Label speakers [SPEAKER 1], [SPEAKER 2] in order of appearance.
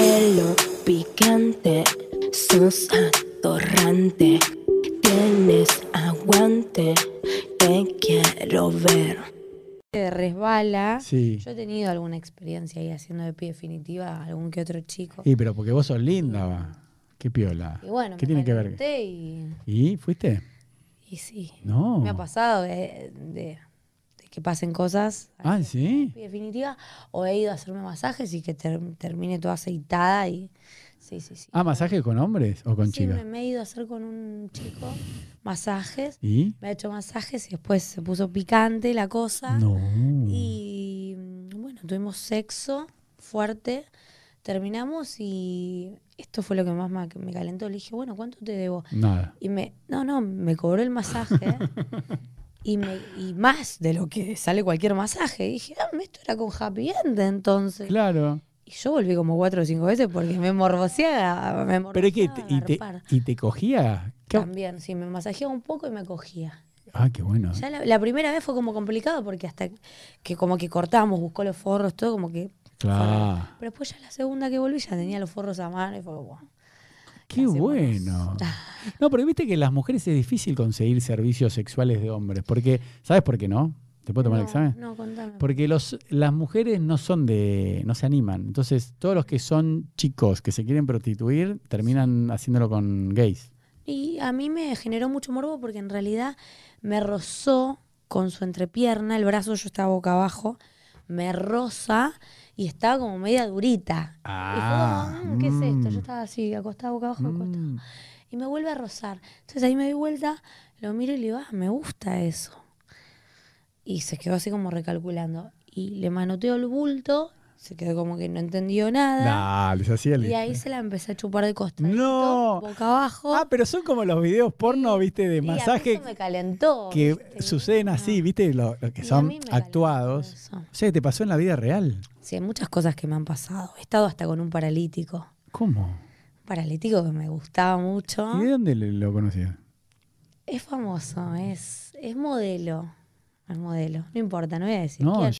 [SPEAKER 1] pelo picante, sos atorrante, tienes aguante, te quiero ver.
[SPEAKER 2] Te resbala.
[SPEAKER 3] Sí.
[SPEAKER 2] Yo he tenido alguna experiencia ahí haciendo de pie definitiva a algún que otro chico.
[SPEAKER 3] Y pero porque vos sos linda, va. Qué piola.
[SPEAKER 2] Y bueno,
[SPEAKER 3] ¿Qué
[SPEAKER 2] me
[SPEAKER 3] tiene que ver?
[SPEAKER 2] calenté Y,
[SPEAKER 3] ¿Y fuiste?
[SPEAKER 2] y sí.
[SPEAKER 3] No.
[SPEAKER 2] Me ha pasado de, de- de que pasen cosas a
[SPEAKER 3] Ah, sí.
[SPEAKER 2] pie definitiva o he ido a hacerme masajes y que ter- termine toda aceitada y sí, sí, sí.
[SPEAKER 3] Ah, masaje con hombres o con
[SPEAKER 2] Sí, me,
[SPEAKER 3] chicas.
[SPEAKER 2] me he ido a hacer con un chico masajes,
[SPEAKER 3] ¿Y?
[SPEAKER 2] me ha hecho masajes y después se puso picante la cosa.
[SPEAKER 3] No.
[SPEAKER 2] Y mm, bueno, tuvimos sexo fuerte, terminamos y esto fue lo que más ma- que me calentó. Le dije, bueno, ¿cuánto te debo?
[SPEAKER 3] Nada.
[SPEAKER 2] Y me, no, no, me cobró el masaje y, me, y más de lo que sale cualquier masaje. Y dije, ah, esto era con Happy End entonces.
[SPEAKER 3] Claro.
[SPEAKER 2] Y yo volví como cuatro o cinco veces porque me morboseaba, me
[SPEAKER 3] ¿Pero es que
[SPEAKER 2] morboseaba
[SPEAKER 3] te- y, te,
[SPEAKER 2] garpar.
[SPEAKER 3] y te cogía? ¿Qué-
[SPEAKER 2] También, sí, me masajeaba un poco y me cogía.
[SPEAKER 3] Ah, qué bueno.
[SPEAKER 2] Ya la, la primera vez fue como complicado porque hasta que como que cortamos, buscó los forros, todo como que...
[SPEAKER 3] Claro.
[SPEAKER 2] Pero después ya la segunda que volví ya tenía los forros a mano y fue como... "Buah".
[SPEAKER 3] Qué
[SPEAKER 2] hacemos?
[SPEAKER 3] bueno. No, pero viste que las mujeres es difícil conseguir servicios sexuales de hombres. Porque, ¿sabes por qué no? ¿Te puedo tomar
[SPEAKER 2] no,
[SPEAKER 3] el examen?
[SPEAKER 2] No, contame.
[SPEAKER 3] Porque los, las mujeres no son de. no se animan. Entonces, todos los que son chicos que se quieren prostituir terminan haciéndolo con gays.
[SPEAKER 2] Y a mí me generó mucho morbo porque en realidad me rozó con su entrepierna, el brazo yo estaba boca abajo, me roza y estaba como media durita. y fue como, "Mm, ¿qué es esto?
[SPEAKER 3] mm.
[SPEAKER 2] Yo estaba así, acostada boca abajo, acostada.
[SPEAKER 3] Mm.
[SPEAKER 2] Y me vuelve a rozar. Entonces ahí me doy vuelta, lo miro y le digo, ah, me gusta eso. Y se quedó así como recalculando. Y le manoteo el bulto, se quedó como que no entendió nada.
[SPEAKER 3] Nah, les hacía el-
[SPEAKER 2] y ahí se la empecé a chupar de costadito,
[SPEAKER 3] No.
[SPEAKER 2] boca abajo.
[SPEAKER 3] Ah, pero son como los videos porno, viste, de
[SPEAKER 2] Y a mí
[SPEAKER 3] masaje
[SPEAKER 2] eso me calentó.
[SPEAKER 3] que
[SPEAKER 2] ¿viste?
[SPEAKER 3] suceden así, viste, lo, lo
[SPEAKER 2] Y
[SPEAKER 3] que
[SPEAKER 2] a
[SPEAKER 3] son
[SPEAKER 2] mí me calentó
[SPEAKER 3] actuados.
[SPEAKER 2] eso.
[SPEAKER 3] O sea, que te pasó en la vida real.
[SPEAKER 2] Sí, hay muchas cosas que me han pasado. He estado hasta con un paralítico.
[SPEAKER 3] ¿Cómo?
[SPEAKER 2] Un paralítico que me gustaba mucho.
[SPEAKER 3] ¿Y de dónde le- lo conocías?
[SPEAKER 2] Es famoso, es, es modelo. Es modelo. No importa, no voy a decir
[SPEAKER 3] No,
[SPEAKER 2] quién.